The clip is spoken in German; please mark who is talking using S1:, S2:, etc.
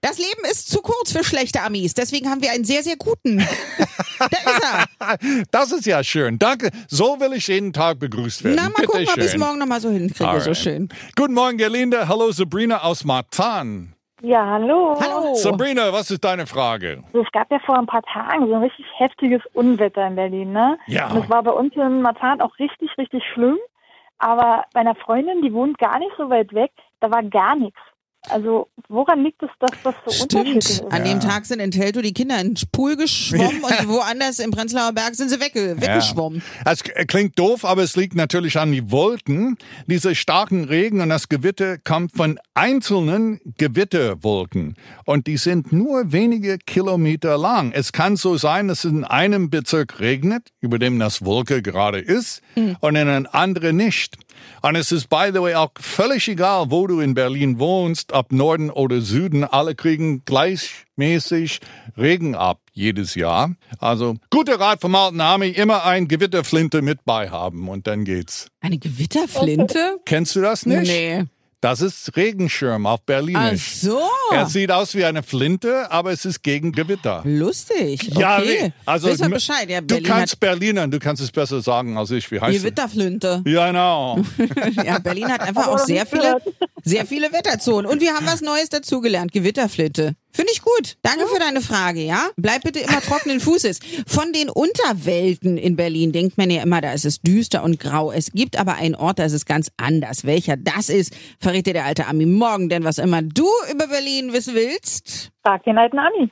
S1: Das Leben ist zu kurz für schlechte Amis. Deswegen haben wir einen sehr, sehr guten. da ist er.
S2: Das ist ja schön. Danke. So will ich jeden Tag begrüßt werden.
S1: Na, mal
S2: Bitte
S1: gucken, ob ich es
S2: schön.
S1: morgen nochmal so hinkriege. So
S2: Alright.
S1: schön.
S2: Guten Morgen, Gerlinde. Hallo, Sabrina aus Matan.
S3: Ja, hallo.
S2: Oh.
S1: Hallo.
S2: Sabrina, was ist deine Frage?
S3: Also, es gab ja vor ein paar Tagen so ein richtig heftiges Unwetter in Berlin, ne?
S2: Ja.
S3: Und es war bei uns in Matan auch richtig, richtig schlimm. Aber meiner Freundin, die wohnt gar nicht so weit weg, da war gar nichts. Also woran liegt es, dass das so unterschiedlich
S1: Stimmt.
S3: ist?
S1: An dem Tag sind in Teltow die Kinder in den Pool geschwommen und woanders im Prenzlauer Berg sind sie wegge weggeschwommen.
S2: Ja. Es k- klingt doof, aber es liegt natürlich an die Wolken. Diese starken Regen und das Gewitter kommt von einzelnen Gewitterwolken. Und die sind nur wenige Kilometer lang. Es kann so sein, dass es in einem Bezirk regnet, über dem das Wolke gerade ist,
S1: Mhm.
S2: und in einem anderen nicht. Und es ist, by the way, auch völlig egal, wo du in Berlin wohnst, ob Norden oder Süden, alle kriegen gleichmäßig Regen ab jedes Jahr. Also guter Rat vom alten Army, immer ein Gewitterflinte mit bei haben und dann geht's.
S1: Eine Gewitterflinte?
S2: Kennst du das nicht?
S1: Nee.
S2: Das ist Regenschirm auf
S1: Ach
S2: Berlinisch.
S1: so.
S2: Er sieht aus wie eine Flinte, aber es ist gegen Gewitter.
S1: Lustig. Okay.
S2: Ja, nee, also
S1: Wissen wir
S2: m-
S1: Bescheid. Ja,
S2: du
S1: Berlin
S2: kannst Berliner, du kannst es besser sagen als ich. Wie
S1: hat
S2: heißt es?
S1: Gewitterflinte.
S2: Ja, genau.
S1: ja, Berlin hat einfach auch sehr viele, sehr viele Wetterzonen. Und wir haben was Neues dazugelernt. Gewitterflinte. Finde ich gut. Danke für deine Frage, ja? Bleib bitte immer trockenen Fußes. Von den Unterwelten in Berlin denkt man ja immer, da ist es düster und grau. Es gibt aber einen Ort, da ist es ganz anders. Welcher das ist, verrät dir der alte Ami morgen. Denn was immer du über Berlin wissen willst,
S3: Frag den alten halt Ami.